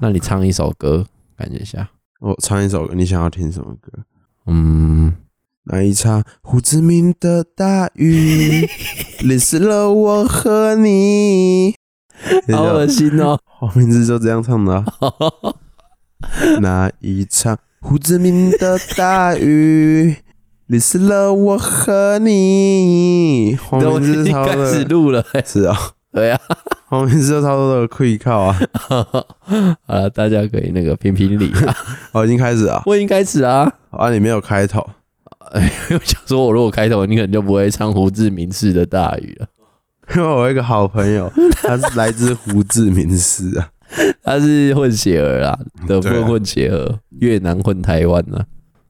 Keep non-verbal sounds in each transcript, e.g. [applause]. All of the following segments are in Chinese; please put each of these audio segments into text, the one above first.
那你唱一首歌，感觉一下。我唱一首歌，你想要听什么歌？嗯，那一场胡志明的大 [laughs] 雨淋湿了我和你。 [laughs] 好恶心哦！黄明志就这样唱的、啊。 [laughs] 那一场胡志明的 [laughs] 大雨淋湿了我和你。黄我明已 [laughs] 志经超开始的，录了、欸，是啊，对啊， [laughs] 黄明志就超多的愧靠啊。好了，大家可以那个评评理 [laughs] 啊。哦，已经开始啊，我已经开始啊， [laughs] 啊，你没有开头。因为我想说，我如果开头，你可能就不会唱胡志明式的大雨了。 [laughs] 因为我有一个好朋 [laughs] 友，他是来自胡志明市啊，他是混血儿啦，嗯德对混啊混血儿，越南混台湾呢、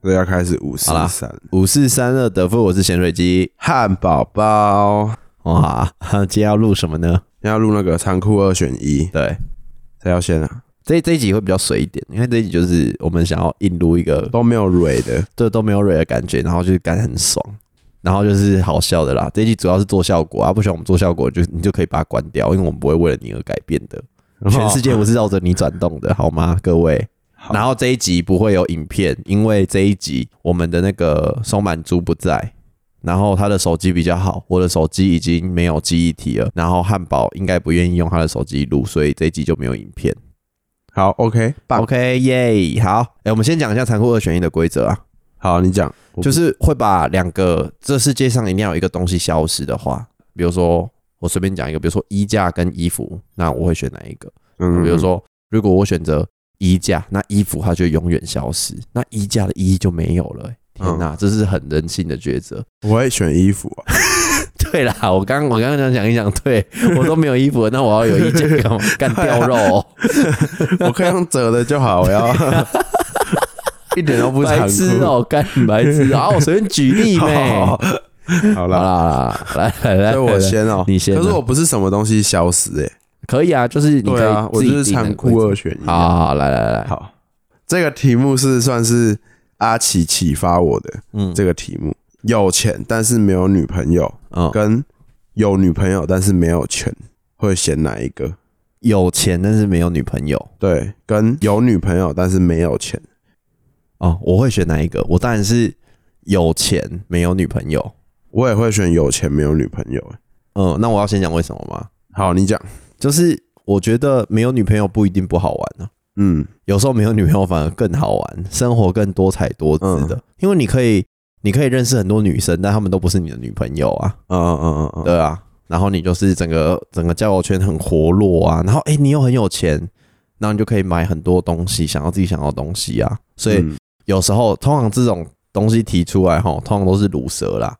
所以要开始五十好啦三五四三二德富，我是咸水鸡。汉堡包，哇，嗯今天要录什么呢？要录那个残酷二选一，对，谁要先啊？这这一集会比较随一点，因为这一集就是我们想要引入一个都没有蕊的，这都没有蕊的感觉，然后就是感觉很爽，然后就是好笑的啦。这一集主要是做效果啊，不喜欢我们做效果就你就可以把它关掉，因为我们不会为了你而改变的。 [laughs] 哦全世界不是绕着你转动的，好吗，各位？好然后这一集不会有影片，因为这一集我们的那个松满猪不在，然后他的手机比较好，我的手机已经没有记忆体了，然后汉堡应该不愿意用他的手机录，所以这一集就没有影片。好，OK，棒， OK，耶，好，哎、我们先讲一下残酷二选一的规则啊，好，你讲，就是会把两个这世界上一定要有一个东西消失的话，比如说我随便讲一个，比如说衣架跟衣服，那我会选哪一个？嗯比如，说，如果我选择衣架，那衣服它就永远消失，那衣架的意义就没有了欸、天哪，这是很人性的抉择。 [laughs] 我会选衣服啊，对啦，我刚我刚刚想想一想，对我都没有衣服了，那我要有衣架干嘛 [laughs] 干掉肉哦、我可以用折的就好，我 [laughs] 要一点都不残白痴酷。哦、干白痴哦啊！我随便举 [laughs] 例呗。 [laughs] 好好好啦啦，好啦，来来来，所以我先哦，你先啊可是我不是什么东西消失诶，可以啊，就是你可以对啊，我自己就是定的残规酷则二选一。啊好好好，来来来，好，这个题目是算是阿奇启发我的，嗯这个题目有钱但是没有女朋友，嗯，跟有女朋友但是没有钱，会选哪一个？有钱但是没有女朋友。对，跟有女朋友但是没有钱，哦，我会选哪一个？我当然是有钱没有女朋友。我也会选有钱没有女朋友。欸嗯，那我要先讲为什么吗？好，你讲，就是我觉得没有女朋友不一定不好玩呢、嗯，有时候没有女朋友反而更好玩，生活更多彩多姿嗯的，因为你可以你可以认识很多女生，但她们都不是你的女朋友啊，嗯嗯嗯嗯嗯，对啊。然后你就是整个整个交友圈很活络啊，然后哎、诶你又很有钱，然后你就可以买很多东西，想要自己想要的东西啊，所以嗯有时候通常这种东西提出来哈，通常都是卤 [laughs] 蛇啦，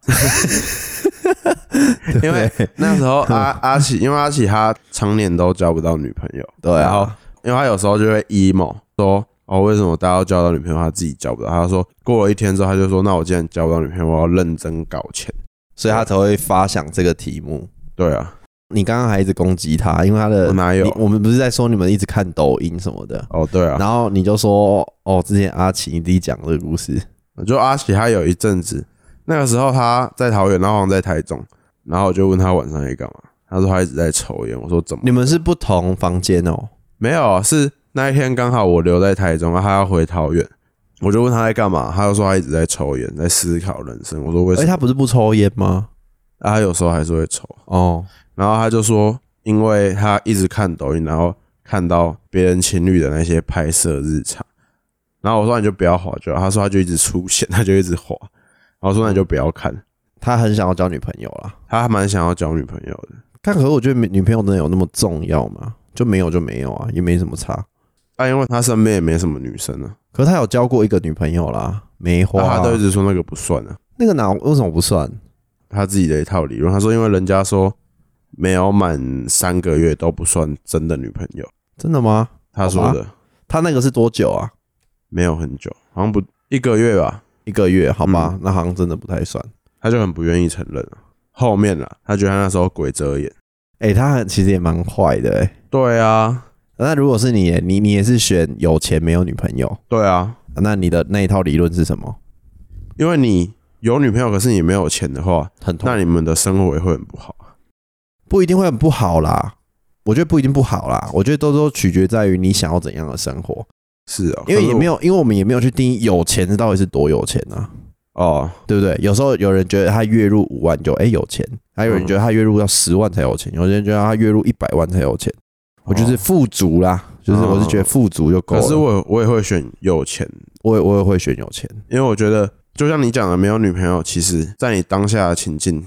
因为那时候 [laughs] 阿阿奇，因为阿奇他常年都交不到女朋友，对然后啊，因为他有时候就会 emo 说。哦，为什么大家都交到女朋友，他自己交不到？他说过了一天之后，他就说：“那我既然交不到女朋友，我要认真搞钱。所以他才会发想这个题目。”对啊，你刚刚还一直攻击他，因为他的我哪有呃你我们不是在说你们一直看抖音什么的，哦，对啊，然后你就说哦，之前阿奇你自己讲的故事，就阿喜他有一阵子，那个时候他在桃园，然后好像在台中，然后我就问他晚上在干嘛，他说他一直在抽烟。我说怎么？你们是不同房间哦，没有，啊是那一天刚好我留在台中，啊他要回桃园，我就问他在干嘛，他就说他一直在抽烟，在思考人生。我说为而什且么？他不是不抽烟吗？啊他有时候还是会抽，哦，然后他就说，因为他一直看抖音，然后看到别人情侣的那些拍摄日常，然后我说你就不要滑就好，他说他就一直出现，他就一直滑，然后说那你就不要看。他很想要交女朋友啦，他还蛮想要交女朋友的。但可是我觉得女朋友真的有那么重要吗？就没有就没有啊，也没什么差。啊，因为他身边也没什么女生啊，可是他有交过一个女朋友啦，梅花、然后他都一直说那个不算啊，那个哪为什么不算？他自己的一套理论。他说，因为人家说没有满三个月都不算真的女朋友，真的吗？他说的他那个是多久啊？没有很久，好像不一个月吧，一个月，好吧，那好像真的不太算。他就很不愿意承认啊。后面啊，他觉得他那时候鬼遮眼。哎、他其实也蛮坏的哎、对啊，那如果是你，你你也是选有钱没有女朋友，对啊，那你的那一套理论是什么？因为你有女朋友，可是你没有钱的话，很痛那，你们的生活也会很不好。不一定会很不好啦。我觉得不一定不好啦，我觉得都都取决在于你想要怎样的生活，是哦，因可为是也我没有，因为我们也没有去定义有钱到底是多有钱啊，哦，对不对？有时候有人觉得他月入五万就哎、有钱，还有人觉得他月入要十万才有钱，有些人觉得他月入一百万才有钱。我就是哦富足啦，就是我是觉得富足就够可了。是我我也会选有钱，我也我也会选有钱，因为我觉得就像你讲的，没有女朋友，其实在你当下的情境，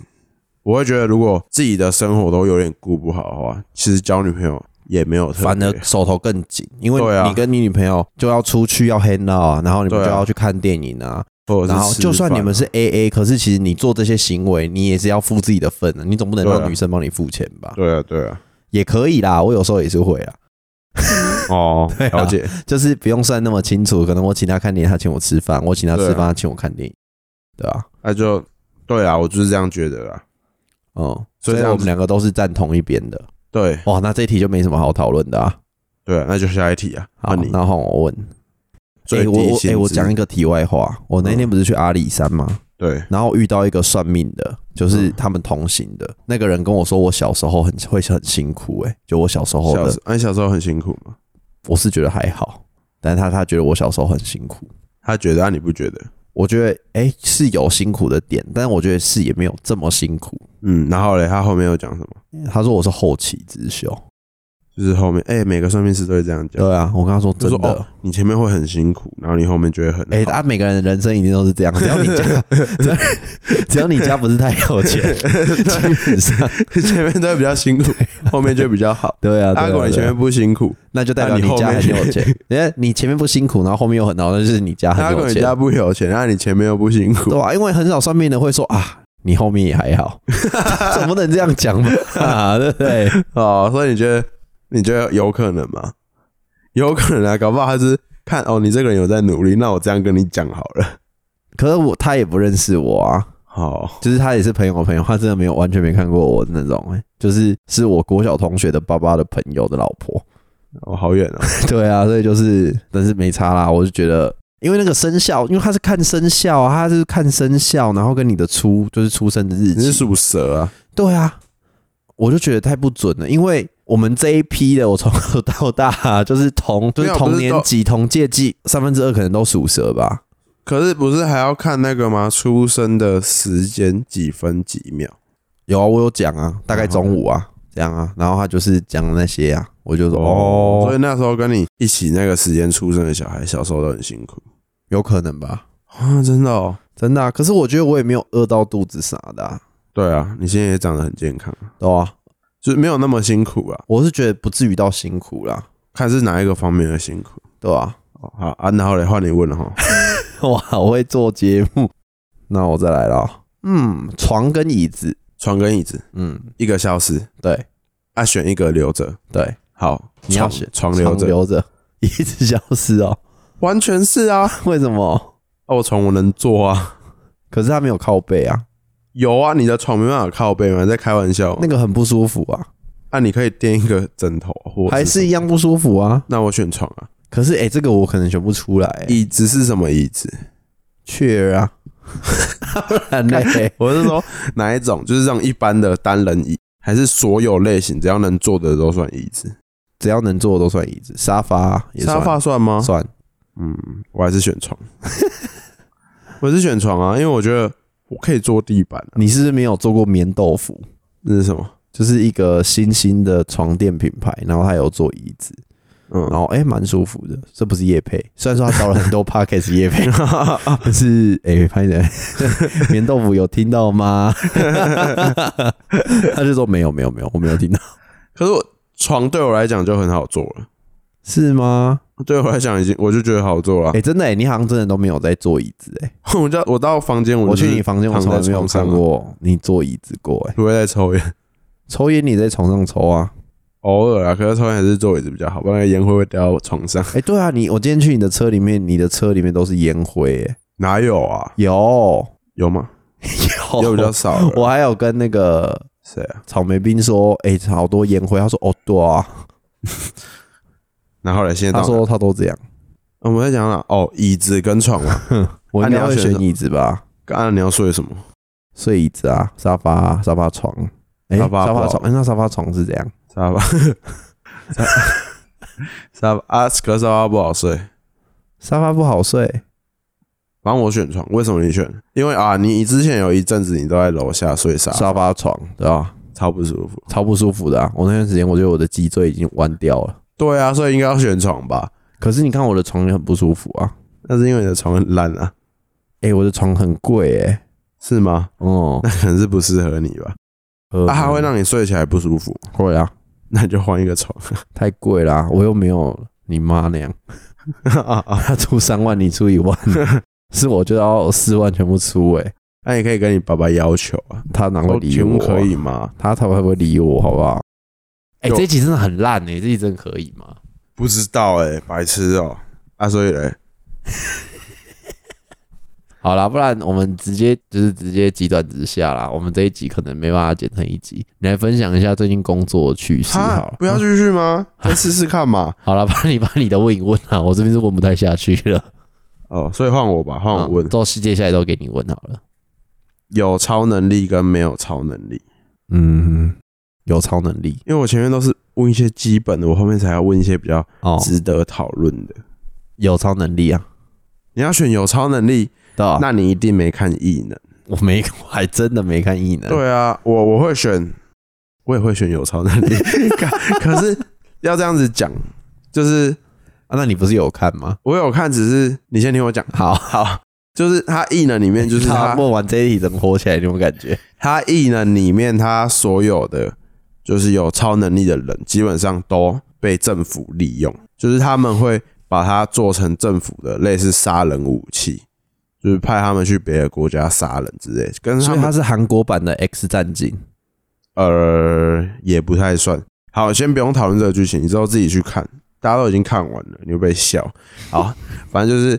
我会觉得如果自己的生活都有点顾不好的话，其实交女朋友也没有特别反而手头更紧，因为对啊你跟你女朋友就要出去要 hang out 啊，然后你们对啊就要去看电影啊，或者是然后吃就算饭啊你们是 A A，可是其实你做这些行为，你也是要付自己的份的，你总不能对让啊女生帮你付钱吧？对啊对啊，也可以啦，我有时候也是会啦，哦， [laughs] 对啊 [laughs] 了解，就是不用算那么清楚，可能我请她看电影，她请我吃饭；我请她吃对啊饭，她请我看电影，对啊，那就对啊，我就是这样觉得啦。嗯，所以所以这样我子们两个都是站同一边的。对哇，那这一题就没什么好讨论的啊。对啊，那就下一题啊，好，换你那换我问，最欸我低我薪欸我资讲一个题外话，我那嗯天不是去阿里山吗？对然后遇到一个算命的，嗯就是他们同行的、那个人跟我说，我小时候很会很辛苦、欸，就我小时候小的时，那你小时候很辛苦吗？我是觉得还好，但是他他觉得我小时候很辛苦，他觉得啊，你不觉得？我觉得哎、欸是有辛苦的点，但是我觉得是也没有这么辛苦。嗯，然后嘞，他后面又讲什么？他说我是后起之秀，就是后面，哎、每个算命师都会这样讲，对啊，我跟他说就真说的哦，，你前面会很辛苦，然后你后面就会很哎、好啊，每个人的人生一定都是这样，只要你 [laughs] 家，只要只要你家不是太有钱，基本上 [laughs] 前面都会比较辛苦，后面就比较好。对啊，对啊他如果你对前啊面不辛苦，那就代表那你你后家面很有钱。 [laughs] 因为你前面不辛苦，然后后面又很好，那就是你家他很如果有啊你钱，家不有钱，那啊你前面又不辛对啊苦，吧、因为很少算命的会说啊，你后面也还 [laughs] 好，总不能这样讲吧、 [laughs] 啊？对不对？哦，所以你觉得你觉得有可能吗？有可能啊，搞不好他是看哦，你这个人有在努力，那我这样跟你讲好了。哦可是我他也不认识我啊，好，就是他也是朋友的朋友，他真的没有完全没看过我那种、欸就是是我国小同学的爸爸的朋友的老婆， [laughs] 哦，好远哦，对啊，所以就是但是没差啦，我就觉得。因为那个生肖，因为他是看生肖啊，他是看生肖，然后跟你的出就是出生的你日期是，属蛇啊？ [laughs] 对啊，我就觉得太不准了，因为我们这一批的，我从小到大、 [laughs] 就是同就是没有不是同都年级同届级，三分之二可能都属蛇吧。可是不是还要看那个吗？出生的时间几分几秒？有啊，我有讲啊，大概中午啊，这样啊，然后他就是讲那些啊，我就说哦，所以那时候跟你一起那个时间出生的小孩，小时候都很辛苦有可能吧，啊，真的哦。真的、啊。可是我觉得我也没有饿到肚子啥的、啊，对啊，你现在也长得很健康，对啊，就是没有那么辛苦啊。我是觉得不至于到辛苦啦，看是哪一个方面的辛苦。对吧、 [laughs] 哦好啊，然后来换你问了哈。哇，我会做节目，那我再来了。嗯，床跟椅子，床跟椅子嗯，一个消失，对啊，选一个留着。对，好，你要床选床长留着，留着， [laughs] 一直消失哦。完全是啊。为什么？哦，我床我能坐啊。可是他没有靠背啊，有啊，你的床没办法靠背吗？你在开玩笑吗？那个很不舒服啊，啊，你可以垫一个枕头，或者还什是么一样不舒服啊。那我选床啊。可是哎、欸这个我可能选不出来、欸。椅子是什么椅子？雀儿啊， [laughs] 不然嘞，我是说哪一种？就是这种一般的单人椅，还是所有类型只要能坐的都算椅子？只要能坐的都算椅子，沙发也算沙发算吗？算。嗯，我还是选 [laughs] 床。我是选床啊，因为我觉得我可以坐地板、啊。你是不是没有做过棉豆腐？那是什么？就是一个新兴的床垫品牌，然后它有做椅子，然嗯，后哎，欸蛮、舒服的。这不是叶配，虽然说他找了很多 podcast 叶配，但是哎，潘、欸、姐， [laughs] 棉豆腐有听到吗？ [laughs] 他就说没有，没有，没有，我没有听到，可是我床对我来讲就很好坐了，是吗？对我来讲已经我就觉得好坐了哎、。真的、欸，你好像真的都没有在坐椅子哎、 [laughs] 我到我到房间，我就去是你房间，我躺从在来没有床上看啊，过你坐椅子过哎、不会在抽烟， [laughs] 抽烟你在床上抽啊？偶尔啊，可是抽烟还是坐椅子比较好，不然烟灰会掉到床上。哎、对啊，你我今天去你的车里面，你的车里面都是烟灰、欸，哪有啊？哦有有吗？有有比较少了。 [laughs] 我还有跟那个谁啊？草莓冰说，哎、好多烟灰，他说哦对啊，然后来现在他到哪说他都这样，我们在讲了哦，椅子跟床嘛。我应啊该你要会选什选么椅子吧。刚刚你要睡什么？睡椅子啊，沙发啊、沙发床，哎、沙发沙不发好床，哎、那沙发床是怎样？沙发，沙沙发啊，可是沙发不好睡。沙发不好睡，反正我选床，为什么你选？因为啊，你之前有一阵子你都在楼下睡沙发，沙发床对啊吧？超不舒服。超不舒服的啊！我那段时间我觉得我的脊椎已经弯掉了。对啊，所以应该要选床吧？可是你看我的床也很不舒服啊！那是因为你的床很烂啊，诶、我的床很贵诶、是吗？ [laughs] [laughs] 哦、那可能是不适合你吧？呃啊，它会让你睡起来不舒服，会啊，那你就换一个床。 [laughs] 太贵啦！我又没有你妈 [laughs] 那样，啊啊，他出三万，你出一 [laughs] 万，是我就要四万全部出诶、那你可以跟你爸爸要求啊，他哪会都理全部我？可以吗？他他会不会理我？好不好？哎、就这一集真的很烂哎、这一集真的可以吗？不知道哎、白痴哦、啊，所以嘞，好啦，不然我们直接就是直接急转直下啦。我们这一集可能没办法剪成一集，你来分享一下最近工作的趣事好哈了，。不要继续吗？再试试看嘛。好了，把你把你的问一问啊，我这边是问不太下去 [laughs] 了。 [laughs] 哦，所以换我吧，换我问嗯，都是接下来都给你问好了。有超能力跟没有超能力，嗯，有超能力因为我前面都是问一些基本的，我后面才要问一些比较哦，值得讨论的。有超能力啊，你要选有超能力，对啊吧？那你一定没看异能。我没， [laughs] 我还真的没看异能。对啊，我我会选，我也会选有超 [laughs] 能力。可可是要这样子讲，就是啊，那你不是有看吗？我有看，只是你先听我讲。好好，就是他异能里面，就是他他问完这一题怎么火起来？你有没有感觉？他异能里面他所有的就是有超能力的人，基本上都被政府利用，就是他们会把它做成政府的类似杀人武器，就是派他们去别的国家杀人之类，跟他所以们他是韩国版的 X 战警。呃也不太算。好，先不用讨论这个剧情，你之后自己去看，大家都已经看完了，你会被笑。好， [laughs] 反正就是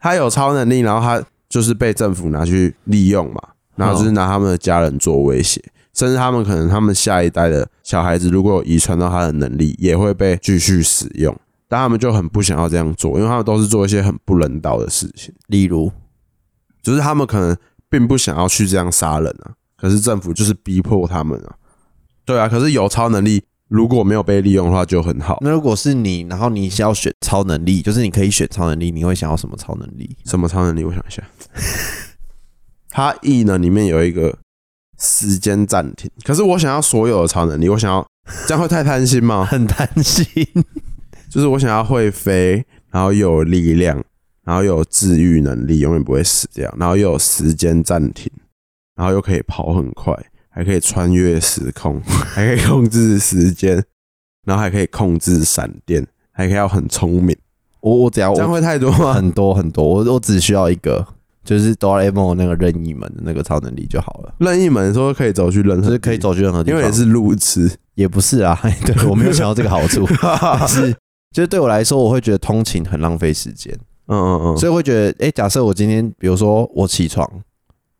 他有超能力，然后他就是被政府拿去利用嘛，然后就是拿他们的家人做威胁，甚至他们可能他们下一代的小孩子如果有遗传到他的能力，也会被继续使用。但他们就很不想要这样做，因为他们都是做一些很不人道的事情。例如，就是他们可能并不想要去这样杀人啊，可是政府就是逼迫他们啊。对啊，可是有超能力，如果没有被利用的话就很好。那如果是你，然后你想要选超能力，就是你可以选超能力，你会想要什么超能力？什么超能力？我想一下，他异能里面有一个时间暂停，可是我想要所有的超能力，我想要这样会太贪心吗？很贪心， [laughs] 就是我想要会飞，然后又有力量，然后又有治愈能力，永远不会死掉，然后又有时间暂停，然后又可以跑很快，还可以穿越时空， [laughs] 还可以控制时间，然后还可以控制闪电，还可以要很聪明，我我只要这样我会太多吗？很多很多，我我只需要一个，就是哆啦 A 梦那个任意门的那个超能力就好了，任意门说可以走去任何，就是可以，走去任何地因方。为也是路痴，也不是啊， [laughs] 对我没有想到这个好 [laughs] 处，但是就是对我来说，我会觉得通勤很浪费时间。嗯嗯嗯，所以会觉得，诶，假设我今天，比如说我起床，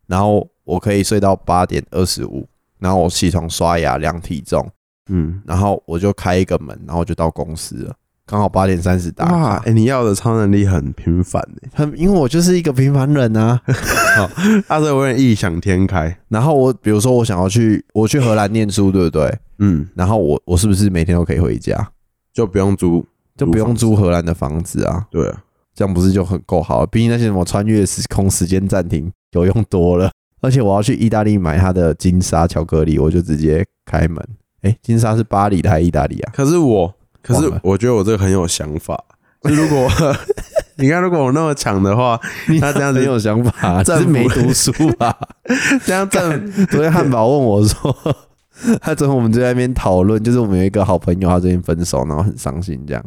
然后我可以睡到八点二十五，然后我起床刷牙量体重，嗯，然后我就开一个门，然后我就到公司了，刚好八点三十打哇，卡。哎、你要的超能力很频繁欸诶，很，因为我就是一个平凡人啊。 [laughs] 啊，所以我有点异想天开，然后我，比如说我想要去，我去荷兰念书，对不对？嗯，然后我，我是不是每天都可以回家，就不用租，就不用租荷兰的房子啊？对啊，这样不是就很够好了？比起那些什么穿越时空、时间暂停有用多了。 [laughs] 而且我要去意大利买它的金沙巧克力，我就直接开门。哎、金沙是巴黎的还是意大利啊？可是我，可忘是了我觉得我这个很有想法。 [laughs] 就如果 [laughs] 你看，如果我那么强的话，那这样很 [laughs] 子，有想法，只政是府没读书 [laughs] 吧？这样政昨天汉堡问我说，他昨天我们就在那边讨论，就是我们有一个好朋友，他最近分手，然后很伤心这样。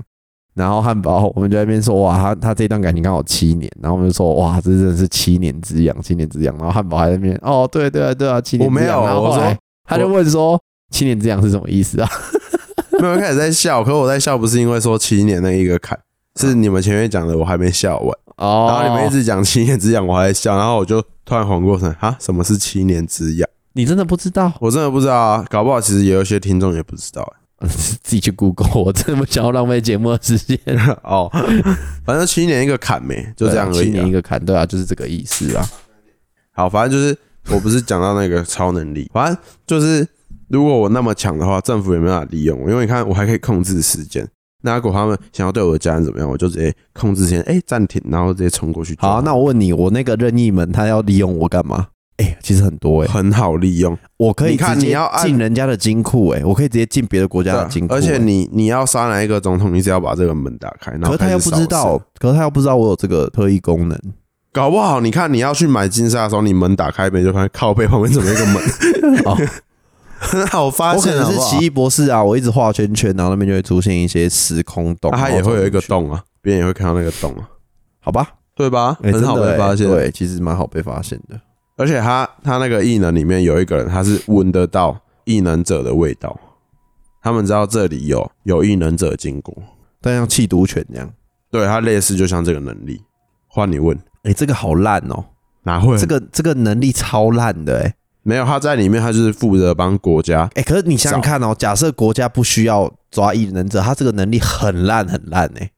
然后汉堡我们就在那边说，哇，他他这段感情刚好七年，然后我们就说，哇，这真的是七年之痒，七年之痒。然后汉堡还在那边，哦，对对啊，对啊，七年之痒。我没有然后后我来说他就问说，七年之痒是什么意思啊？没有开始在笑，可我在笑不是因为说七年那一个坎，是你们前面讲的我还没笑完，哦然后你们一直讲七年之痒，我还在笑，然后我就突然缓过神，啊，什么是七年之痒？你真的不知 [laughs] 道，我真的不知道啊，搞不好其实也有一些听众也不知道、自己去 Google，我真的不想要浪费节目的时间。欸哦， [laughs] 反正七年一个坎没，就这样而对啊七已、年啊一。个坎，对啊，就是这个意思啊。好，反正就是我不是讲到那个超能力，反正就是如果我那么强的话，政府也没办法利用我，因为你看我还可以控制时间。那如果他们想要对我的家人怎么样，我就直接控制时间，哎、暂停，然后直接冲过去好抓啊、他们。那我问你，我那个任意门他要利用我干嘛？哎、其实很多哎、很好利用，我可以你看直接你要按啊进人家的金库哎、我可以直接进别的国家的金库、而且哎你你要杀哪一个总统，你只要把这个门打开，然可后是他开又始不扫知道射，，可是他又不知道我有这个特异功能。搞不好你看你要去买金沙的时候，你门打开一边就发现靠背旁边怎么有一个门， [laughs] 哦， [laughs] 很好发我可现能好是不好奇异博士啊，我一直画圈圈，然后那边就会出现一些时空洞，那它然后也会有一个走进去，洞啊，别人也会看到那个洞啊，好吧？对吧？哎很好真的被哎发现。对，其实蛮好被发现的。而且他他那个异能里面有一个人，他是闻得到异能者的味道，他们知道这里有有异能者经过，但像气毒犬那样，对他类似就像这个能力。换你问，哎、这个好烂哦、哪会？这个这个能力超烂的哎、没有他在里面，他就是负责帮国家。哎、可是你想想看哦，假设国家不需要抓异能者，他这个能力很烂很烂哎、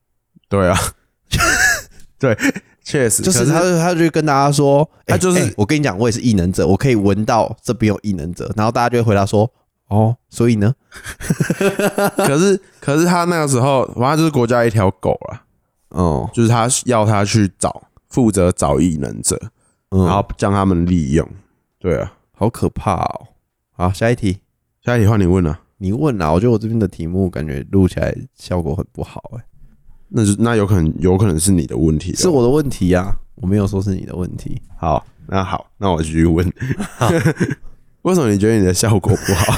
对啊， [laughs] 对，确实，就是可是他就他就跟大家说，他哎就是哎我跟你讲，我也是异能者，我可以闻到这边有异能者，然后大家就会回答说，哦，所以呢，可是可是他那个时候，反正就是国家一条狗啊，哦，就是他要他去找负责找异能者，嗯，然后将他们利用。对啊，好可怕哦。好，下一题，下一题换你问了、你问啊，我觉得我这边的题目感觉录起来效果很不好、哎，那就那有可能有可能是你的问题了，是我的问题呀、啊，我没有说是你的问题。好，那好，那我继续问。 [laughs] 为什么你觉得你的效果不好？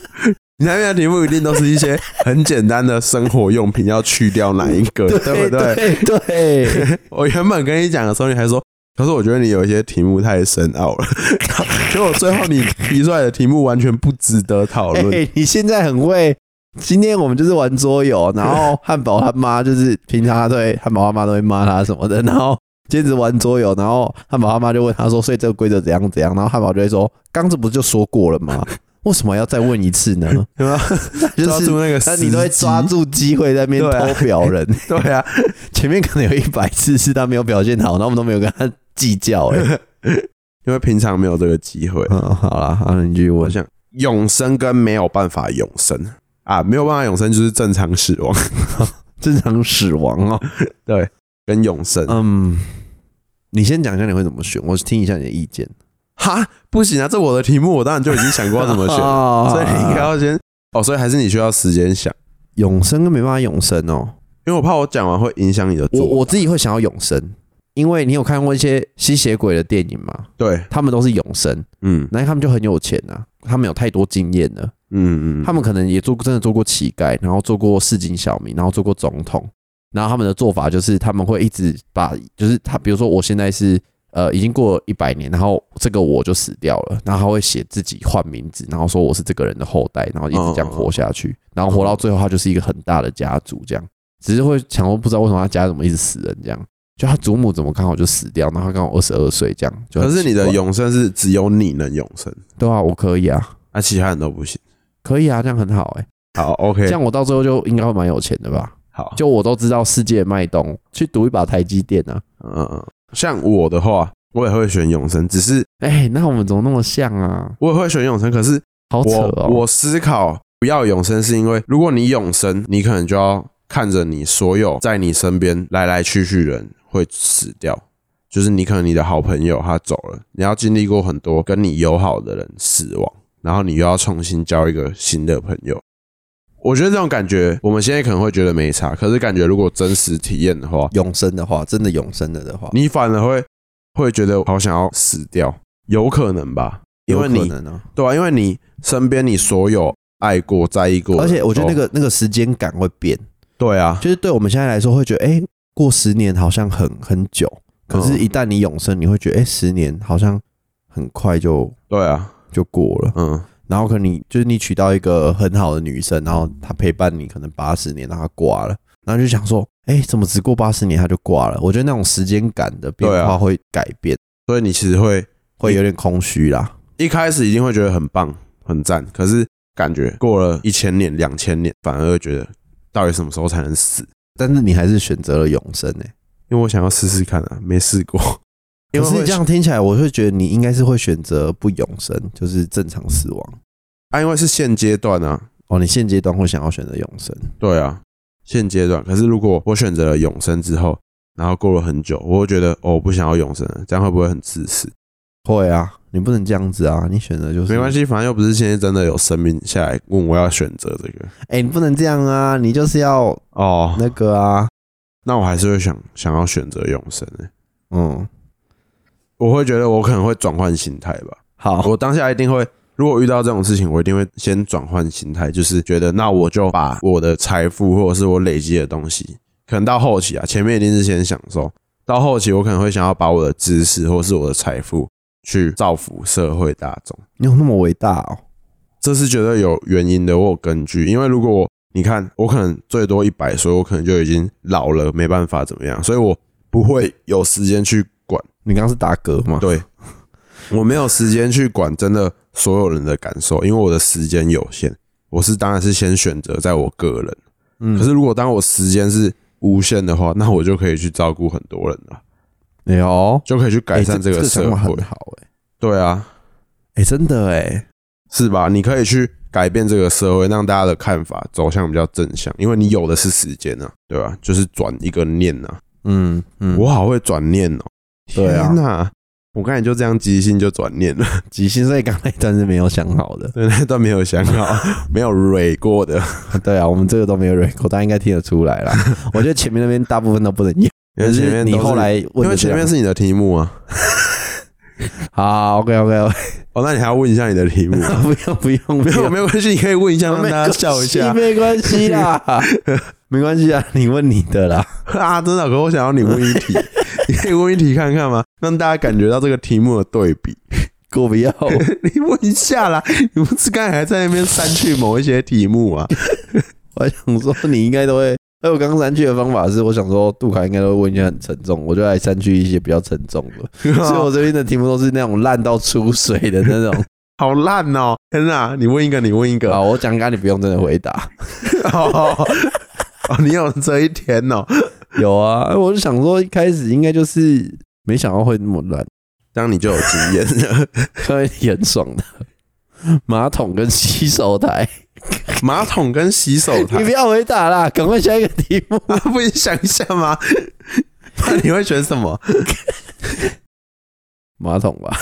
[laughs] 你那边的题目一定都是一些很简单的生活用品，要去掉哪一个， [laughs] 对不对？ [laughs] 对对，我原本跟你讲的时候，你还说，可是我觉得你有一些题目太深奥了，结果最后你提出来的题目完全不值得讨哎、论。你现在很会。今天我们就是玩桌游，[laughs] 然后汉堡他妈就是平常他对汉堡他妈都会骂他什么的，然后接着玩桌游，然后汉堡他妈就问他说：“所以这个规则怎样怎样？”然后汉堡就会说：“刚这不就说过了吗？为什么要再问一次呢？” [laughs] 对吧？就抓是住那个那时机，你都会抓住机会在那边对啊偷表 [laughs] 人，对啊，前面可能有一百次是他没有表现好，那我们都没有跟他计较、欸。因为平常没有这个机会。嗯，好啦，好，你继续我问。想永生跟没有办法永生啊，没有办法永生就是正常死 [laughs] 亡。正常死亡哦。对，跟永生。嗯，你先讲一下你会怎么选，我听一下你的意见。哈，不行啊，这我的题目，我当然就已经想过要怎 [laughs] 么选了，哦所以你应该要先哦，所以还是你需要时间想，永生跟没办法永生哦。因为我怕我讲完会影响你的我做。我自己会想要永生，因为你有看过一些吸血鬼的电影吗？对，他们都是永生，嗯那他们就很有钱啊，他们有太多经验了。嗯嗯，他们可能也做真的做过乞丐，然后做过市井小民，然后做过总统，然后他们的做法就是他们会一直把，就是他比如说我现在是呃已经过一百年，然后这个我就死掉了，然后他会写自己换名字，然后说我是这个人的后代，然后一直这样活下去，然后活到最后他就是一个很大的家族这样，只是会想说不知道为什么他家怎么一直死人这样。就他祖母怎么刚好就死掉，然后他刚好二十二岁这样，就可很是你的奇怪永生是只有你能永生，对啊，我可以啊，那、其他人都不行。可以啊，这样很好哎、好，OK，这样我到最后就应该会蛮有钱的吧？好，就我都知道世界脉动，去赌一把台积电啊！嗯嗯嗯，像我的话，我也会选永生，只是哎、那我们怎么那么像啊？我也会选永生，可是好扯哦！我我思考不要永生，是因为如果你永生，你可能就要看着你所有在你身边来来去去的人会死掉，就是你可能你的好朋友他走了，你要经历过很多跟你友好的人死亡，然后你又要重新交一个新的朋友。我觉得这种感觉，我们现在可能会觉得没差，可是感觉如果真实体验的话，永生的话，真的永生了的话，你反而会会觉得好想要死掉，有可能吧？因有为可你能啊。对啊，因为你身边你所有爱过、在意过的而人都，且我觉得那个那个时间感会变，对啊，就是对我们现在来说会觉得，哎、过十年好像很很久，可是，嗯一旦你永生，你会觉得，哎、十年好像很快就对啊，就过了。嗯，然后可能你就是你娶到一个很好的女生，然后她陪伴你可能八十年，然后她挂了，然后就想说，哎，怎么只过八十年她就挂了？我觉得那种时间感的变对啊化会改变，所以你其实会会有点空虚啦。一开始一定会觉得很棒、很赞，可是感觉过了一千年、两千年，反而会觉得到底什么时候才能死？但是你还是选择了永生欸诶、因为我想要试试看啊，没试过。因可为是会这样听起来，我会觉得你应该是会选择不永生，就是正常死亡。啊，因为是现阶段啊，哦，你现阶段会想要选择永生，对啊，现阶段。可是如果我选择了永生之后，然后过了很久，我会觉得哦，我不想要永生了，这样会不会很自私？会啊，你不能这样子啊，你选择就是没关。系，反正又不是现在真的有生命下来问我要选择这个哎、你不能这样啊，你就是要哦，那个啊，那我还是会想想要选择永生、欸，嗯，我会觉得我可能会转换心态吧。好，我当下一定会，如果遇到这种事情，我一定会先转换心态，就是觉得那我就把我的财富或者是我累积的东西，可能到后期啊，前面一定是先享受，到后期我可能会想要把我的知识或是我的财富去造福社会大众，你有那么伟大哦，这是绝对有原因的，我有根据。因为如果我你看，我可能最多一百岁，我可能就已经老了，没办法怎么样，所以我不会有时间去管。你刚刚是打嗝吗？对，我没有时间去管真的所有人的感受，因为我的时间有限。我是当然是先选择在我个人，嗯可是如果当我时间是无限的话，那我就可以去照顾很多人了，哎呦，就可以去改哎善这这个想社法会很。好哎、对啊，哎、真的哎、是吧？你可以去改变这个社会，让大家的看法走向比较正向，因为你有的是时间啊，对吧、就是转一个念啊，嗯嗯，我好会转念哦、对啊天哪，我刚才就这样即兴就转念了。 [laughs] 即兴，所以刚才一段是没有想好的。对，那段没有想 [laughs] 好，没有蕊过的，对啊，我们这个都没有 r e c o 大家应该听得出来啦。我觉得前面那边大部分都不能用，因为前可是面你都是后来因问为的这前两面个是你的题目啊。好 OK OK，, o？哦，那你还要问一下你的题目 [laughs] 不用不用没不有，用，没有关系，你可以问一 [laughs] 下，让大家笑一下 [laughs] 没关系啦，没关系啊，你问你的啦。啊！真的，可我想要你问一 [laughs] 题，你可以问一题看看吗？让大家感觉到这个题目的对比。我不要， [laughs] 你问一下啦，你不是刚才还在那边删去某一些题目 [laughs] 啊？我想说你应该都会。哎，我刚刚删去的方法是，我想说杜凯应该都会问一些很沉重，我就来删去一些比较沉重的。 [laughs] 所以我这边的题目都是那种烂到出水的那 [laughs] 种。 [laughs] 好烂哦！天哪，你问一个，你问一个。好，我讲给你不用真的回答。 [laughs] 哦，哦你有这一天哦。 [laughs] 有啊，我就想说一开始应该就是没想到会那么烂，这样你就有经验了。看来你很爽的。 [laughs] 马桶跟洗手台， [laughs] 马桶跟洗手台 [laughs] 你不，要回答啦，赶快下一个题目。啊， [laughs] 不你想一下吗？ [laughs] 那你会选什么？马桶吧，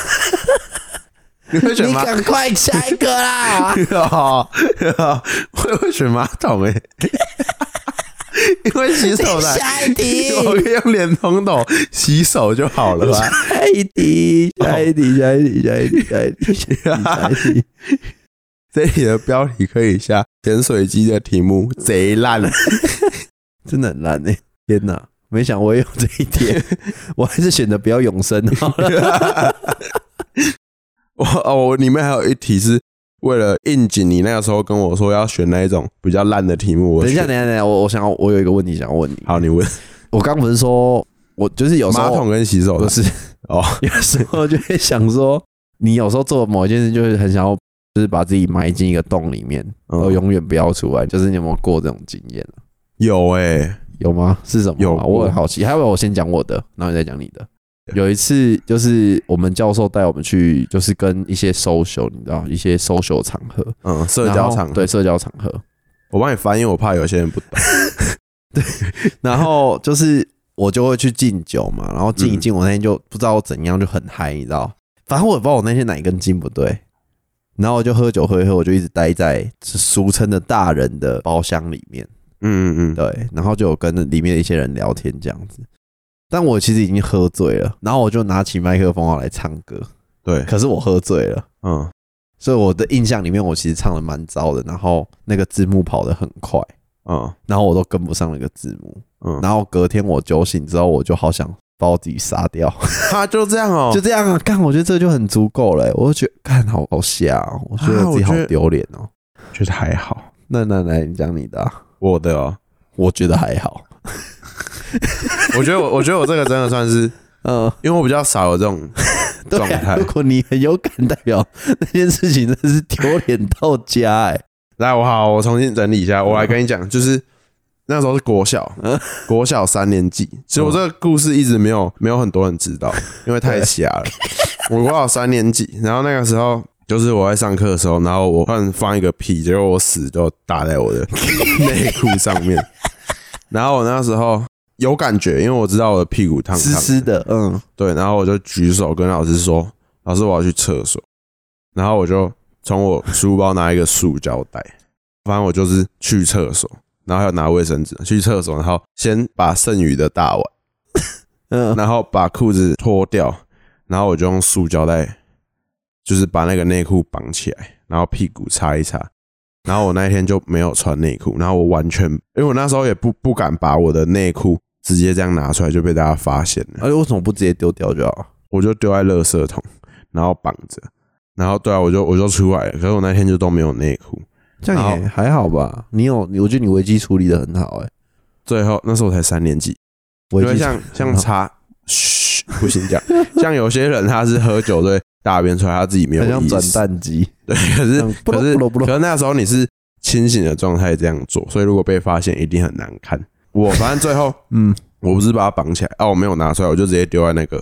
你会选你马？。赶快下一个啦 [laughs] [laughs] 哦，我会选马桶诶、 [laughs] 因为洗手台，下一 [laughs] 题， [laughs] 我可以用脸桶桶洗手就好了啊吧？下一题， [laughs] 下一题，下一题，下一题，下一题，下一题。这里的标题可以下潜水机的题目贼烂， [laughs] 真的很烂哎、天哪，没想我也有这一 [laughs] 天，我还是选择不要永生哦好了。我哦，我里面还有一题是为了应景，你那个时候跟我说要选那一种比较烂的题 [laughs] 目，我等一下，选等一下，等一下，我我想要，我有一个问题想要问你。好，你问我刚不是说，我就是有时马候桶跟洗手不台是， [laughs] 哦，有时候就会想说，你有时候做某一件事，就是很想要，就是把自己埋进一个洞里面，然后嗯永远不要出来。就是你有没有过这种经验？啊有欸诶、有吗？是什么吗？有我很好奇。还有，我先讲我的，然后你再讲你的。有一次，就是我们教授带我们去，就是跟一些 social，你知道，一些 social 场合，嗯，社交然场后合对社交场合。我帮你翻译，我怕有些人不懂。然后就是我就会去敬酒嘛，然后敬一敬，我那天就不知道怎样就很嗨，你知道，反正我也不知道我那天哪一根筋不对，然后我就喝酒喝一喝，我就一直待在俗称的大人的包厢里面，嗯嗯嗯，对，然后就有跟里面的一些人聊天这样子。但我其实已经喝醉了，然后我就拿起麦克风要来唱歌，对，可是我喝醉了，嗯，所以我的印象里面我其实唱的蛮糟的，然后那个字幕跑得很快，嗯然后我都跟不上那个字幕，嗯，然后隔天我酒醒之后，我就好想把我自己杀掉，他就这样哦就这样啊！干，我觉得这就很足够了欸、我就觉得干好好吓、哦，我觉得啊我自己我好觉得丢脸哦。觉得还好，那那来，你讲你的、啊，我的哦，我觉得还好。我觉得我我觉得我这个真的算是，嗯，因为我比较少有这种 [laughs] 对状啊、态如。果你很有感，代表那件事情真的是丢脸到家哎、来，我好，我重新整理一下，我来跟你讲，就是那时候是国小，国小三年级。其实我这个故事一直没有没有很多人知道，因为太瞎了。我国小三年级，然后那个时候就是我在上课的时候，然后我突然放一个屁，结果我屎就打在我的内裤上面，然后我那时候有感觉，因为我知道我的屁股烫烫湿的湿的，嗯，对，然后我就举手跟老师说：“老师，我要去厕所。”然后我就从我书包拿一个塑胶袋，反正我就是去厕所，然后还有拿卫生纸去厕所，然后先把剩余的大碗，嗯，然后把裤子脱掉，然后我就用塑胶袋，就是把那个内裤绑起来，然后屁股擦一擦。然后我那一天就没有穿内裤，然后我完全，因为我那时候也不不敢把我的内裤直接这样拿出来，就被大家发现了。而哎且为什么不直接丢掉就好？我就丢在垃圾桶，然后绑着，然后对啊，我就我就出来了。可是我那天就都没有内裤，这样也还好吧？你有，你我觉得你危机处理的很好、欸，哎，最后那时候我才三年级，危因为机像像茶，嘘，不行讲，像有些人他是喝酒对大便出来，他自己没有很像意转识，蛋机，对，可是不可是不不可是那时候你是清醒的状态这样做，所以如果被发现一定很难看。我反正最后嗯，我不是把它绑起来，啊，我没有拿出来，我就直接丢在那个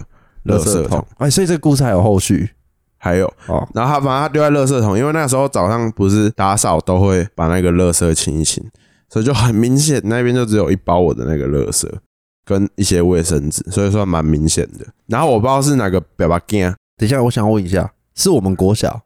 垃垃圾圾桶桶。。哎，所以这个故事还有后续还有哦然后他把它丢在垃圾桶，因为那时候早上不是打扫都会把那个垃圾清一清，所以就很明显那边就只有一包我的那个垃圾跟一些卫生纸，所以算蛮明显的。然后我不知道是哪个表爸干，等一下，我想问一下，是我们国小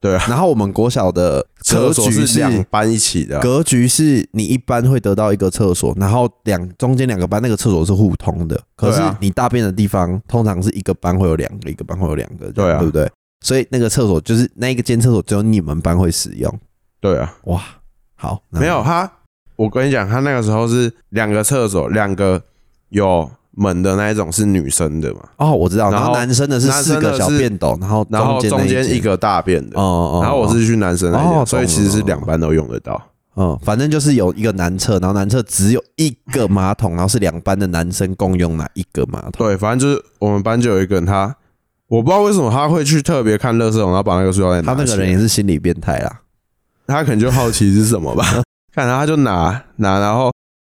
对啊，然后我们国小的厕格所局是是两班一起的啊，格局是你一般会得到一个厕所，然后两中间两个班那个厕所是互通的，可是对啊你大便的地方通常是一个班会有两个，一个班会有两个，这对样啊对不对？所以那个厕所就是那一个间厕所只有你们班会使用，对啊，哇，好，那没有他，我跟你讲，他那个时候是两个厕所，两个有门的那一种是女生的嘛，哦，我知道，然然后后男生的是四个小便斗，然后然后中中间那间一，个大便的哦，哦，哦然后我是去男生那哦一懂间，了所以其实是两班都用得到。嗯，反正就是有一个男厕，然后男厕只有一个马桶，然后是两班的男生共用哪一个马桶？对，反正就是我们班就有一个人他，我不知道为什么他会去特别看乐色桶，然后把那个塑料袋他拿那起个来人也，是心理变态啦，他可能就好奇是什 [laughs] 么吧，看然后他就拿拿，然后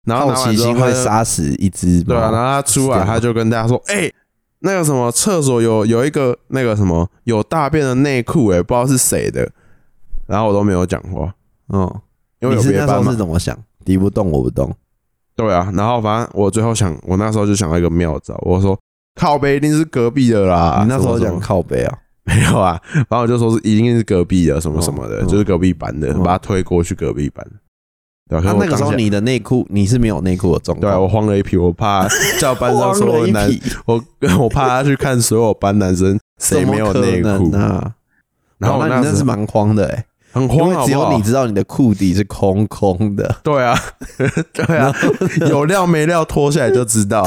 然后好拿完奇之后心他会就杀死一只猫。对啊，然后他出是这来样他就跟大家说，哎、那个什么厕所有有一个那个什么有大便的内裤，哎，不知道是谁的，然后我都没有讲话，嗯，因为有你是别那时班候嘛是，怎么想？敌不动我不动，对啊，然后反正我最后想，我那时候就想到一个妙招，我说靠背一定是隔壁的啦，你那时候什么什么讲靠背啊？没有啊，然后我就说是一定是隔壁的什么什么的，嗯嗯就是隔壁班的，嗯把他推过去隔壁班。对、啊，可他是我那个时候当下你的哦内裤你是没有内裤的状对、况，啊、我慌了一批，我怕叫班上所 [laughs] 有男，我我怕他去看所有班男生谁没有内裤，啊？然然后后我那你时那候是蛮慌的哎，很因慌，啊为只好不有好你知道你的裤底是空 [laughs] 空的，对啊，对啊，有料没料脱下来就知 [laughs] 道。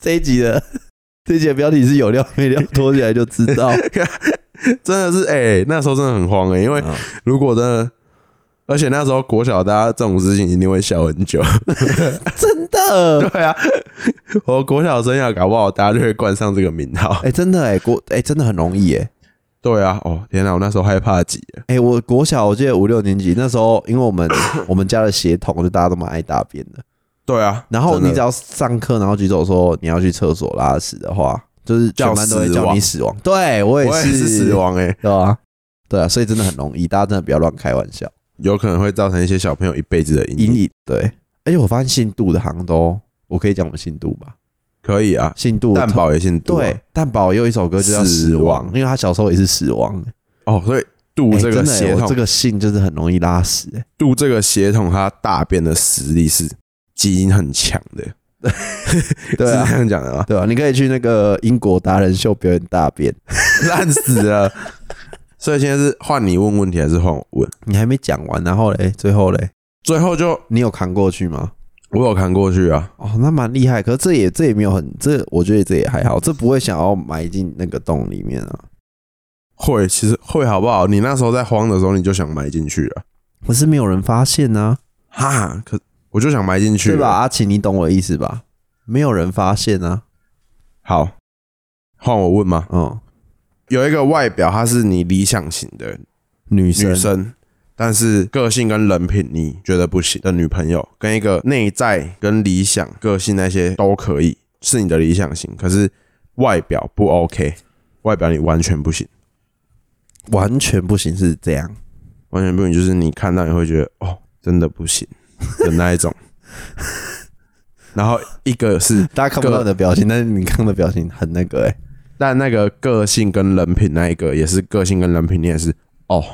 这一集的这一集的标题是有料没料，脱下来就知道。真的是哎、那时候真的很慌哎、因为嗯如果真的，而且那时候国小大家这种事情一定会笑很久。真的， [laughs] 对啊，我国小生涯搞不好大家就会冠上这个名号 [laughs] 哎、。真的哎、国哎、真的很容易哎、对啊，哦天哪，我那时候害怕极了。哎、我国小我记得五六年级那时候，因为我们 [coughs] 我们家的血统就大家都蛮爱大便的，对啊，然后真的你只要上课然后举手说你要去厕所拉屎的话，就是全班都会叫你死亡。对我也我也是是死，亡哎、对啊，对啊，所以真的很容易，大家真的不要乱开玩笑，有可能会造成一些小朋友一辈子的阴阴影。影对。而且我发现信度的行都，我可以讲我们信度吧，可以啊，信度蛋堡也姓杜、啊对，蛋堡也有一首歌就叫《死死亡亡》，因为他小时候也是死亡。哦，所以杜欸这个真的欸血我这统，个姓就是很容易拉屎、欸。杜这个血统，他大便的实力是基因很强的， [laughs] 是对 [laughs] 啊，这样讲的吗？ [laughs] 对啊，你可以去那个英国达人秀表演大便。烂死了。 [laughs] 所以现在是换你问问题还是换我问？你还没讲完，然后嘞，最后嘞，最后就你有扛过去吗？我有看过去啊，哦，那蛮厉害，可是这也这也没有很这，我觉得这也还好，这不会想要埋进那个洞里面啊。会其实会好不好？你那时候在慌的时候，你就想埋进去了。可是没有人发现呢、哈，可我就想埋进去，对吧？？阿奇，你懂我的意思吧？没有人发现啊。好，换我问吗？嗯，有一个外表她是你理想型的女生，女生，但是个性跟人品你觉得不行的女朋友，跟一个内在跟理想、个性那些都可以是你的理想型，可是外表不 OK，外表你完全不行，完全不行是这样。完全不行就是你看到你会觉得哦，真的不行的那一种。 [laughs] 然后一个是，大家看不到你的表情，但是你刚刚的表情很那个哎、但那个个性跟人品那一个也是个性跟人品，你也是哦，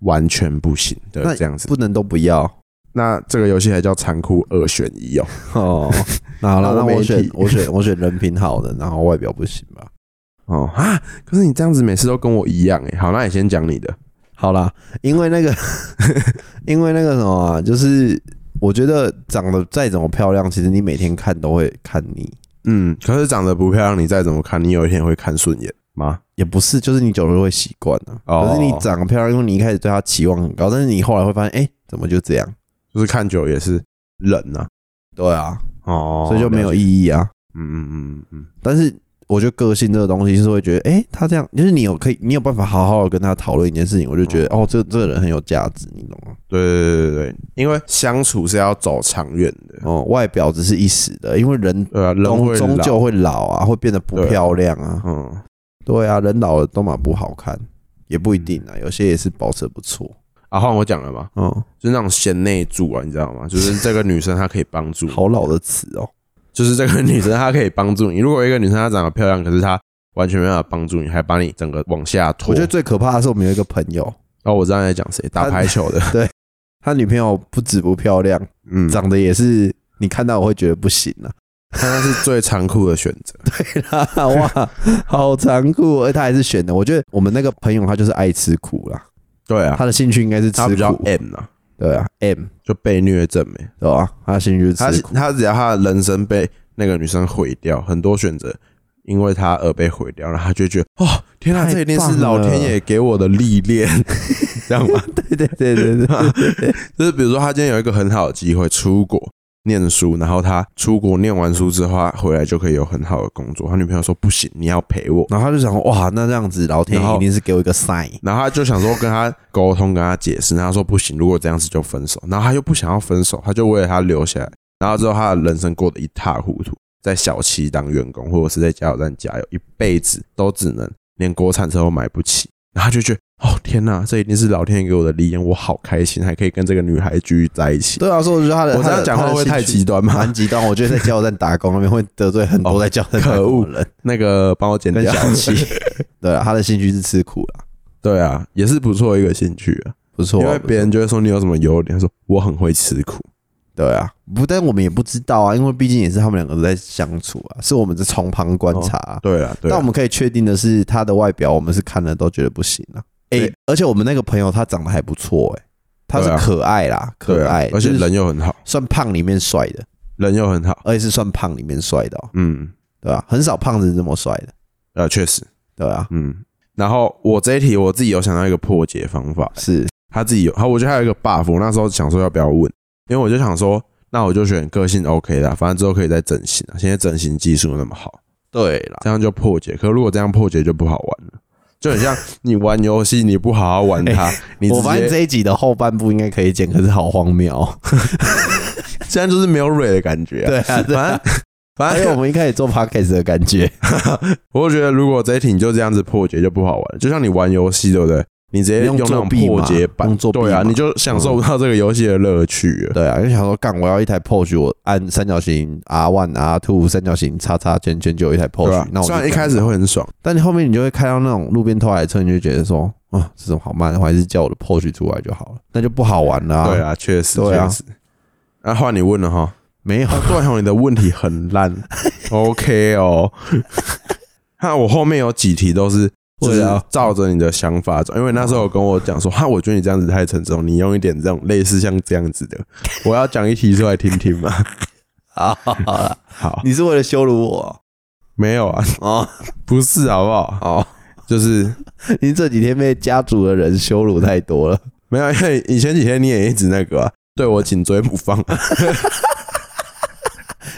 完全不行的那这样子。不能都不要那这个游戏还叫残酷二选一哦。哦。那好了，那那我我没选提我选我选人品好的，然后外表不行吧？哦啊！可是你这样子每次都跟我一样哎、好，那你先讲你的。好啦，因为 [laughs] 那个因为那个什么、啊，就是我觉得长得再怎么漂亮，其实你每天看都会看腻。嗯，可是长得不漂亮，你再怎么看，你有一天也会看顺眼吗？也不是，就是你久了会习惯了。哦可是你长得漂亮，因为你一开始对她期望很高，但是你后来会发现，哎、怎么就这样？就是看久也是人呐、对啊，哦所以就没有了解意义啊。嗯嗯嗯嗯但是我觉得个性这个东西是会觉得，哎、他这样，就是你有可以，你有办法好好的跟他讨论一件事情，我就觉得，哦，这这个人很有价值，你懂吗？对对对对对，因为相处是要走长远的，哦，外表只是一时的，因为人对啊，人终会终老究会老啊，会变得不对啊漂亮啊。嗯，对啊，人老了都蛮不好看，也不一定啊，有些也是保持得不错。啊，换我讲了嘛，嗯，嗯就是那种贤内助啊，你知道吗？就是这个女生她可以帮助你， [laughs] 好老的词哦。就是这个女生她可以帮助你。如果一个女生她长得漂亮，可是她完全没办法帮助你，还把你整个往下拖。我觉得最可怕的是我们有一个朋友，哦，我知道你在讲谁，打她排球的，他女朋友不止不漂亮， [laughs] 嗯，长得也是你看到我会觉得不行 [laughs] 啊。 [laughs] 但那是最残酷的选择。哇，好残酷！而他还是选的，我觉得我们那个朋友他就是爱吃苦啦，对啊，他的兴趣应该是吃她比较苦， M 啊，对啊，M 就被虐症欸没。对吧？他的兴趣是她吃苦，她只要她的人生被那个女生毁掉，很多选择因为她而被毁掉，然后她就觉得哦，天啊，太这一定棒是老天了爷给我的历练， [laughs] 这样吗？ [laughs] 对对对对对，就是比如说，她今天有一个很好的机会出国念书，然后她出国念完书之后，她回来就可以有很好的工作。她女朋友说不行，你要陪我。然后他就想说，哇，那这样子老天然爷后一定是给我一个 sign，然后她就想说跟她沟通，跟她解啊释，然后她说不行，如果这样子就分手。然后她又不想要分手，她就为了他留下来。然后之后她的人生过得一塌糊涂，在小七当员工，或者是在加油站加油，一辈子都只能连国产车都买不起。 [laughs] 然后她就觉得，哦天哪，这一定是老天爷给我的力量，我好开心，还可以跟这个女孩继续在一起。对啊，所以我觉得他的我这样讲话会不会太极端吗蛮极端，我觉得在加油站打工那边会得罪很 [laughs] 多在加油站打可恶工的人，那个帮我剪跟掉。小气。 [laughs] 对啊，他的兴趣是吃苦啦， [laughs] 对啊，也是不错一个兴趣啊，不错啊，因为不错别人就会说你有什么优点，他说我很会吃苦。对啊，不但我们也不知道啊，因为毕竟也是他们两个在相处啊，是我们在从旁观察啊、对啊，对但啊我，们可以确定的是，他的外表我们是看了都觉得不行啊。哎、对而且我们那个朋友他长得还不错哎、他对是啊可爱啦，对可啊爱，而且就是人又很好，算胖里面帅的，人又很好。而且是算胖里面帅的、哦，嗯，对吧、很少胖子这么帅的，呃，确实，对啊，嗯。然后我这一题我自己有想到一个破解方法，是他自己有，他我觉得还有一个 buff，我那时候想说要不要问，因为我就想说，那我就选个性 OK 的啊，反正之后可以再整形啊，现在整形技术那么好，对啦，这样就破解。可如果这样破解就不好玩了，就很像你玩游戏你不好好玩 [laughs] 它，你直哎我发现接这一集的后半部应该可以剪，可是好荒谬哦、现在就是没有蕊的感觉、啊。 [laughs] 对啊，对啊，反还正有我们一开始做 podcast 的感觉，我就觉得，如果这一题你就这样子破解就不好玩了，就像你玩游戏对不对？你直接用那作种弊破嘛解版用，作弊对啊，嘛你就享受不到这个游戏的乐趣了。对啊，就想说干，我要一台 POS，我按三角形 R one R two 三角形叉叉圈圈就啊有一台对 POS，、吧那？我就虽然一这样开始会很爽，但你后面你就会看到那种路边偷来的车，你就觉得说，啊，这种好慢，我还是叫我的 POS 出来就好了，那就不好玩了、对，啊，确实，对啊确实。那换你问了哈，没有，啊段宏，你的问题很 [laughs] 烂，OK 哦。 [laughs] 那我后面有几题都是就是对啊照着你的想法走，因为那时候有跟我讲说，哈，我觉得你这样子太沉重，你用一点这种类似像这样子的，我要讲一题出来听听嘛。 [laughs] 好 [laughs] 好了，好，啊你是为了羞辱我没有啊， [laughs] 哦，不是好不好？哦，就是你这几天被家族的人羞辱太多了， [laughs] 没有，因为你前几天你也一直那个啊、对我紧追不放，哦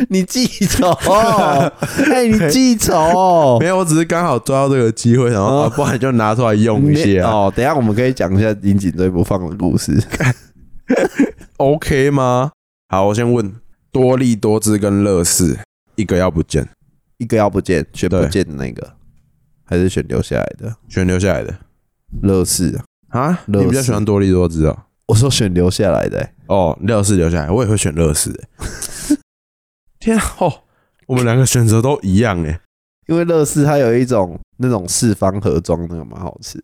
你记仇、 [laughs] 哦，哎、你记仇、哦没，有，我只是刚好抓到这个机会，然后、哦啊、不然就拿出来用一你下、啊哦，等一下我们可以讲一下引颈追不放的故事。 [laughs] o k 吗？好，我先问多利多姿跟乐视一个要不见，一个要不见，全不对见的那个，还是选留下来的？选留下来的乐视啊，啊？乐你比较视喜欢多利多姿哦？我说选留下来的、欸，哦，乐视留下来，我也会选乐视、欸。 [laughs] 天啊，哦，我们两个选择都一样哎、因为乐事它有一种那种四方盒装那个蛮好吃，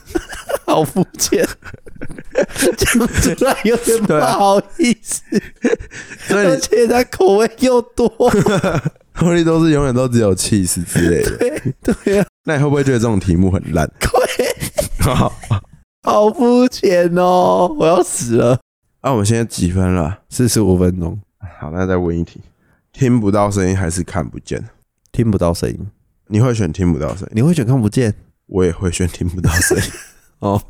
[laughs] 好肤浅，讲出来有点不对啊好意思，所以而你且它口味又多， [laughs] 多利多姿永远都只有 cheese 之类的。对啊，那你会不会觉得这种题目很烂？ [laughs] 贵，好，好肤浅哦，我要死了，那、我们现在几分了？四十五分钟好，那再问一题：听不到声音还是看不见？听不到声音，你会选听不到声音，你会选看不见我也会选听不到声音。哦，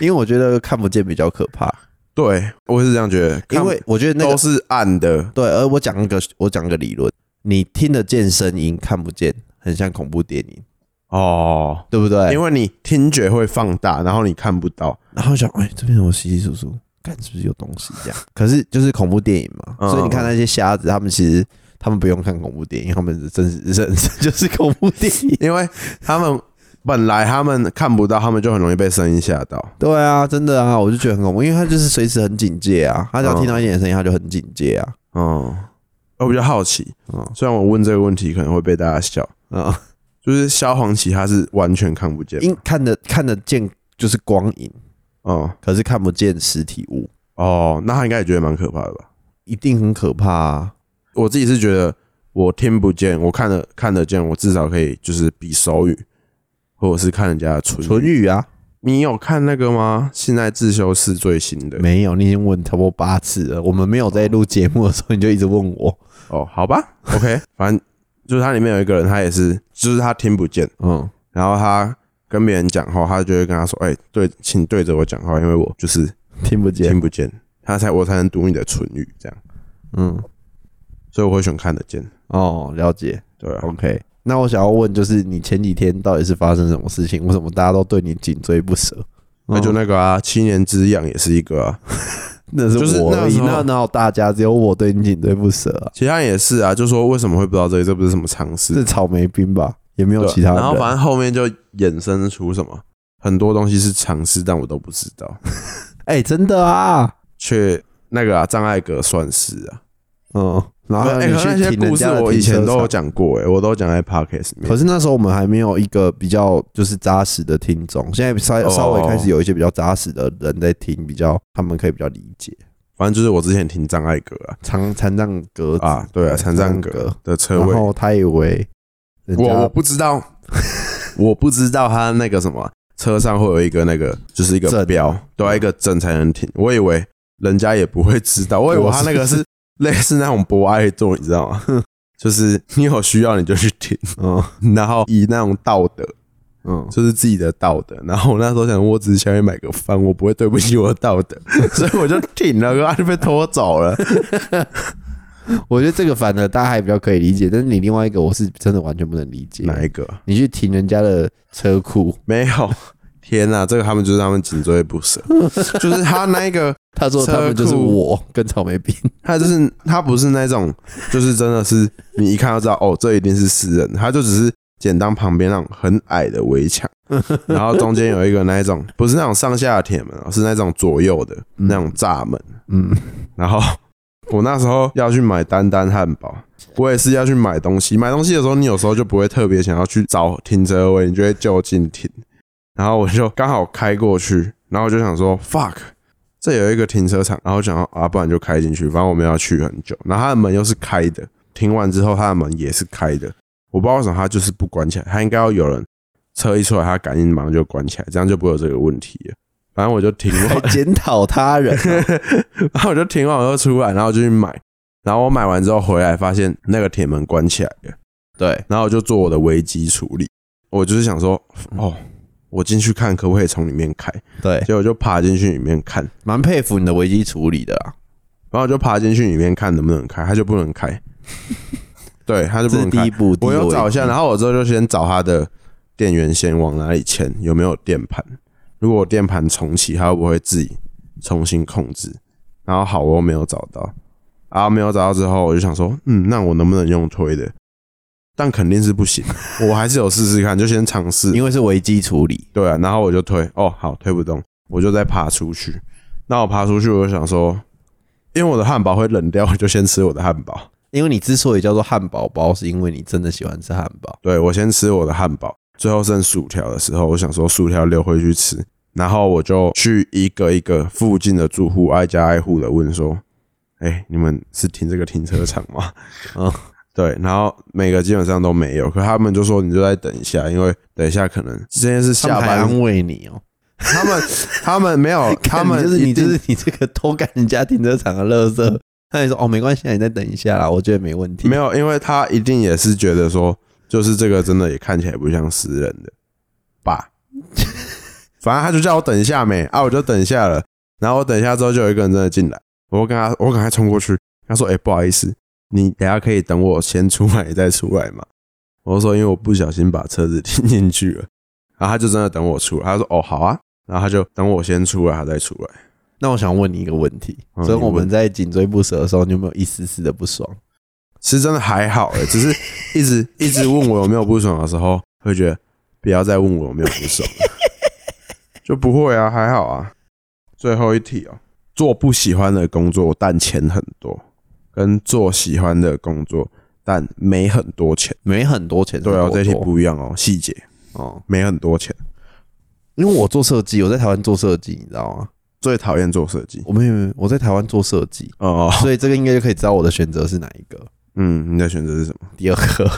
因为我觉得看不见比较可怕，对，我也是这样觉得，因为我觉得看那都个是暗的。对，而我讲一个我讲一个理论，你听得见声音，看不见，很像恐怖电影，哦，对不对？因为你听觉会放大，然后你看不到。然后想，哎、这边怎么稀稀疏疏？看是不是有东西 [laughs] 这样？可是就是恐怖电影嘛，嗯所以你看那些瞎子，他们其实他们不用看恐怖电影，他们真是真是 [laughs] 就是恐怖电影。因为他们本来他们看不到，他们就很容易被声音吓到。对啊，真的啊，我就觉得很恐怖，因为他就是随时很警戒啊，他只要听到一点声音，他就很警戒啊。嗯，我比较好奇，嗯虽然我问这个问题可能会被大家笑，嗯，就是萧煌奇他是完全看不见吗。因看得看得见就是光影，哦、可是看不见实体物，哦，那他应该也觉得蛮可怕的吧？一定很可怕啊。我自己是觉得我听不见，我看得看得见，我至少可以就是比手语，或者是看人家的唇唇语啊，你有看那个吗？现在自修室最新的没有，你已经问差不多八次了。我们没有在录节目的时候，你就一直问我。哦，好吧，OK，反 [laughs] 正就是它里面有一个人，他也是，就是他听不见，嗯，然后他跟别人讲话，他就会跟他说：“哎、对，请对着我讲话，因为我就是听不见。听不见，他才我才能读你的唇语。”这样，嗯，所以我会选看得见。哦，了解。对啊， OK，那我想要问，就是你前几天到底是发生什么事情？为什么大家都对你紧追不舍？那就哦那个啊，七年之痒也是一个啊，那是就是我而已，那时候那哪有大家只有我对你紧追不舍啊？其他人也是啊，就说为什么会不知道这个？这不是什么常识，是草莓冰吧？也没有对啊其他人。然后反正后面就衍生出什么很多东西是常识，但我都不知道，哎、真的啊，却那个啊，障碍格算是啊。嗯，然后哎、你可是那去些停人故事家的我停以前车都有场。讲过、哎，我都讲在 podcast 里面可。是那时候我们还没有一个比较就是扎实的听众，现在稍哦稍微开始有一些比较扎实的人在听，比较他们可以比较理解。反正就是我之前听障碍格啊，残残障格子啊，对啊，残障格，的车然位，后他以为人家我我不知道， [laughs] 我不知道他那个什么车上会有一个那个，就是一个证标，都要一个证才能停。我以为人家也不会知道，我以为他那个 [laughs] 是类似那种博爱座，你知道吗？ [laughs] 就是你有需要你就去停，嗯然后以那种道德，嗯，就是自己的道德。 [laughs] 然后我那时候想，我只是想去买个饭，我不会对不起我的道德， [laughs] 所以我就停了，然后他就被拖走了。我觉得这个反而大家还比较可以理解，但是你另外一个我是真的完全不能理解。哪一个？你去停人家的车库，没有。天呐、这个他们就是他们紧追不舍，就是他那一个他说他们就是我跟草莓 [laughs] 饼，他就是他不是那种，就是真的是你一看就知道哦，这一定是私人，他就只是简单旁边那种很矮的围墙，然后中间有一个那一种不是那种上下的铁门哦，是那种左右的那种栅门。嗯，然后 [laughs] 我那时候要去买丹丹汉堡，我也是要去买东西。买东西的时候，你有时候就不会特别想要去找停车位，你就会就近停。然后我就刚好开过去，然后我就想说 fuck，这有一个停车场，然后我想说啊，不然就开进去，反正我们要去很久。然后他的门又是开的，停完之后他的门也是开的，我不知道为什么他就是不关起来，他应该要有人车一出来，他赶紧马上就关起来，这样就不会有这个问题了。反正我就停完还，检讨他人、 [laughs] 然后我就停完我就出来，然后我就去买。然后我买完之后回来，发现那个铁门关起来了。 [laughs] 对，然后我就做我的危机处理。我就是想说，嗯哦，我进去看可不可以从里面开？对，结果我就爬进去里面看，蛮佩服你的危机处理的啊啦，然后我就爬进去里面看能不能开，它就不能 [laughs] 开。对，它就不这是能第开一。步。我第有个找危一机下，然后我之后就先找它的电源线往哪里牵，有没有电盘？如果我电盘重启，它会不会自己重新控制？然后好，我又啊没有找到，然后没有找到之后，我就想说，嗯，那我能不能用推的？但肯定是不行。我还是有试试看，就先尝试。因为是危机处理，对啊，然后我就推，哦，好，推不动，我就再爬出去。那我爬出去，我就想说，因为我的汉堡会冷掉，我就先吃我的汉堡。因为你之所以叫做汉堡包，是因为你真的喜欢吃汉堡。对我先吃我的汉堡，最后剩薯条的时候，我想说薯条留回去吃，然后我就去一个一个附近的住户挨家挨户的问说：“哎、你们是停这个停车场吗？” [laughs] 嗯，对，然后每个基本上都没有，可他们就说你就再等一下，因为等一下可能今天是下他们还班，安慰你哦、他们他们 [laughs] 没有，他干们你就是一你定就是你这个偷干人家停车场的垃圾。那你说哦，没关系，啊，你再等一下啦，我觉得没问题。没有，有，因为他一定也是觉得说，就是这个真的也看起来不像私人的吧。 [laughs] 反正他就叫我等一下没啊，我就等一下了。然后我等一下之后，就有一个人真的进来，我就跟他，我赶快冲过去，他说：“哎、不好意思，你等一下可以等我先出来再出来嘛。”我就说：“因为我不小心把车子停进去了。”然后他就真的等我出来，他说：“哦，好啊。”然后他就等我先出来，他再出来。那我想问你一个问题，嗯所以我你问们在紧追不舍的时候，你有没有一丝丝的不爽？其实真的还好哎、 [laughs] 只是一直一直问我有没有不爽的时候，会觉得不要再问我有没有不爽 [laughs] 了，就不会啊，还好啊。最后一题哦，做不喜欢的工作但钱很多，跟做喜欢的工作但没很多钱。没很多钱是多对多，哦，这题不一样哦，细节哦，没很多钱。因为我做设计，我在台湾做设计，你知道吗？最讨厌做设计我没有，没有我在台湾做设计，哦，哦 [laughs] 所以这个应该就可以知道我的选择是哪一个。嗯，你的选择是什么？第二个，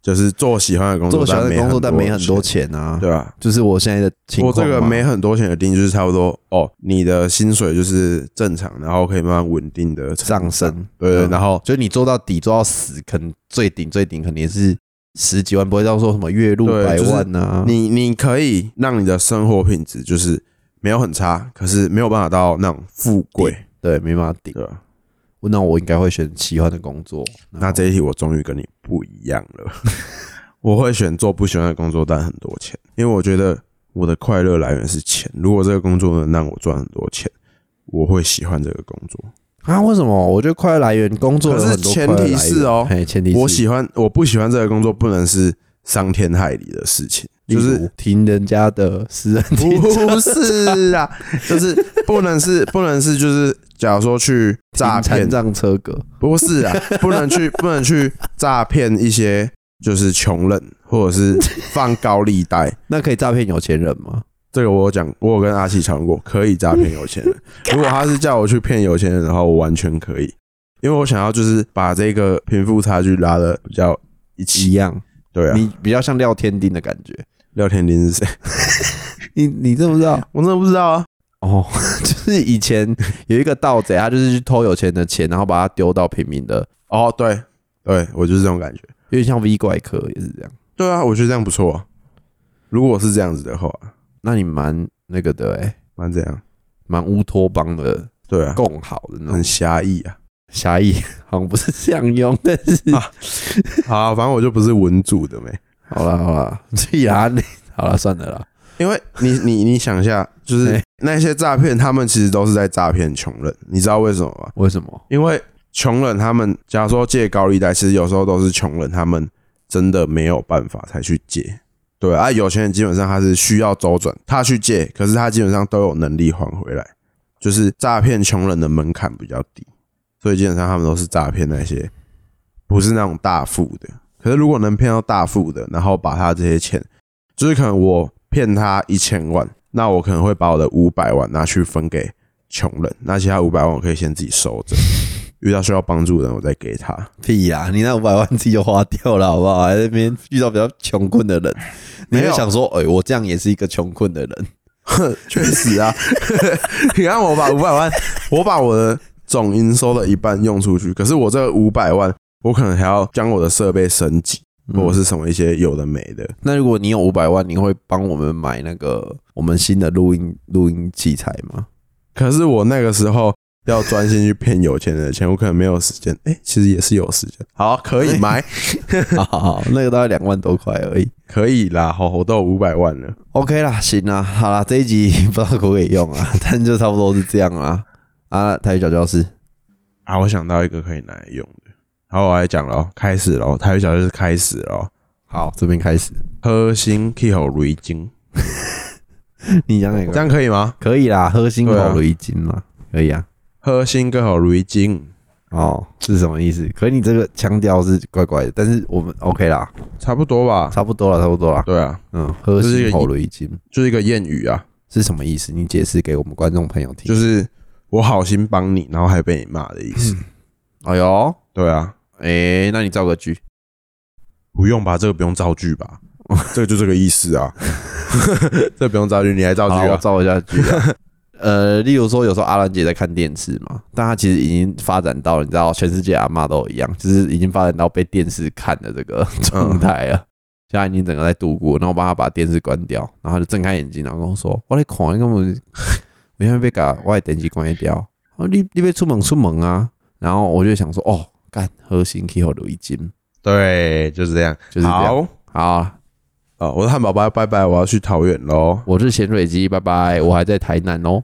就是做喜欢的工作，做小的工作，但没很多钱，钱啊，对吧？就是我现在的情我况嘛。这个没很多钱的定义就是差不多哦，你的薪水就是正常，然后可以慢慢稳定的上，升，对对，嗯然后就你做到底做到死，可能最顶最顶肯定是十几万，不会到说什么月入对百就是万啊。你你可以让你的生活品质就是没有很差，可是没有办法到那种富贵，对啊没办法顶，对吧？那我应该会选喜欢的工作。那这一题我终于跟你不一样了， [laughs] 我会选做不喜欢的工作，但很多钱，因为我觉得我的快乐来源是钱。如果这个工作能让我赚很多钱，我会喜欢这个工作。啊？为什么？我觉得快乐来源工作有可是很多前快乐提来是源哦嘿前提是我喜欢我不喜欢这个工作，不能是伤天害理的事情，例就如 [laughs] 是停人家的私人停车不是 [laughs] 啊，就是不能是不能是就是，假如说去诈停残骗，障车格，不是啊，不能去 [laughs] 不能去诈骗一些就是穷人，或者是放高利贷。 [laughs] 那可以诈骗有钱人吗？这个我有讲，我有跟阿奇讨论过，可以诈骗有 [laughs] 钱人。如果他是叫我去骗有钱人的话，我完全可以，因为我想要就是把这个贫富差距拉的比较一一起。样，对啊，你比较像廖天丁的感觉。廖天丁是谁？你你知不知道？我真的不知道啊。 [laughs] 哦，就是以前有一个盗贼，他就是去偷有钱人的钱，然后把它丢到平民的，哦，对对，我就是这种感觉。有点像 V 怪客也是这样。对啊，我觉得这样不错、啊。如果是这样子的话，那你蛮那个的哎、蛮这样。蛮乌托邦的，对啊，共好的那很种狭义啊。狭义，好像不是这样用，但是好啊，反正我就不是文组的没。好了好了，对呀，你好了算了啦，因为你你你想一下，就是对那些诈骗，他们其实都是在诈骗穷人，你知道为什么吗？为什么？因为穷人他们，假如说借高利贷，其实有时候都是穷人他们真的没有办法才去借。对啊，有钱人基本上他是需要周转，他去借，可是他基本上都有能力还回来，就是诈骗穷人的门槛比较低，所以基本上他们都是诈骗那些不是那种大富的。可是如果能骗到大富的，然后把他这些钱，就是可能我骗他一千万，那我可能会把我的五百万拿去分给穷人，那其他五百万我可以先自己收着。遇到需要帮助的人，我再给他。屁呀、你那五百万自己就花掉了，好不好？还在那边遇到比较穷困的人，你没有会想说，哎、我这样也是一个穷困的 [laughs] 人， [laughs] 确实 [laughs] 啊，你看我把五百 [laughs] 万，我把我的总营收的一半用出去，可是我这五百万，我可能还要将我的设备升级，或者是什么一些有的没的。那如果你有五百万，你会帮我们买那个我们新的录音录音器材吗？可是我那个时候要专心去骗有钱人的钱，我可能没有时间。哎、其实也是有时间。好，可以 [laughs] 买，好好好，那个大概两万多块而已。可以啦。好，我都有五百万了。 OK 啦，行啦，好啦，这一集 [laughs] 不知道可不可以用啊， [laughs] 但就差不多是这样啦。啊，台语小教室，啊，我想到一个可以拿来用的。好，我来讲喽，开始喽，台语小就是开始喽。好，这边开始。核心 k 口瑞金，你讲哪这？样可以吗？可以啦，喝心对啊口雷金嘛，可以啊。核心 k 口瑞金，哦，是什么意思？可你这个腔调是怪怪的，但是我们 OK 啦，差不多吧？差不多了，差不多了。对啊，嗯，喝这是一个心口意雷金就是一个谚语啊，是什么意思？你解释给我们观众朋友听。就是我好心帮你，然后还被你骂的意思。哎呦，对啊，哎、那你造个句。不用吧？这个不用造句 [laughs] 吧？这个就这个意思啊， [laughs] 这不用造句，你来造好句啦我啊？造一下句啊。 [laughs] 呃，例如说，有时候阿兰姐在看电视嘛，但她其实已经发展到，你知道，全世界阿嬷都一样，就是已经发展到被电视看的这个 [laughs] 状态了。现在已经整个在度过，然后我帮她把电视关掉，然后她就睁开眼睛，然后跟我说：“我在看，你根本我现在被把我的电视关掉。”哦，你你别出门出门啊！然后我就想说：“哦，干，核心 K 后的一斤对，就是这样。就是这样。好，”好啊，啊，我的汉堡包拜拜，我要去桃园喽。我是潜水机，拜拜，我还在台南哦。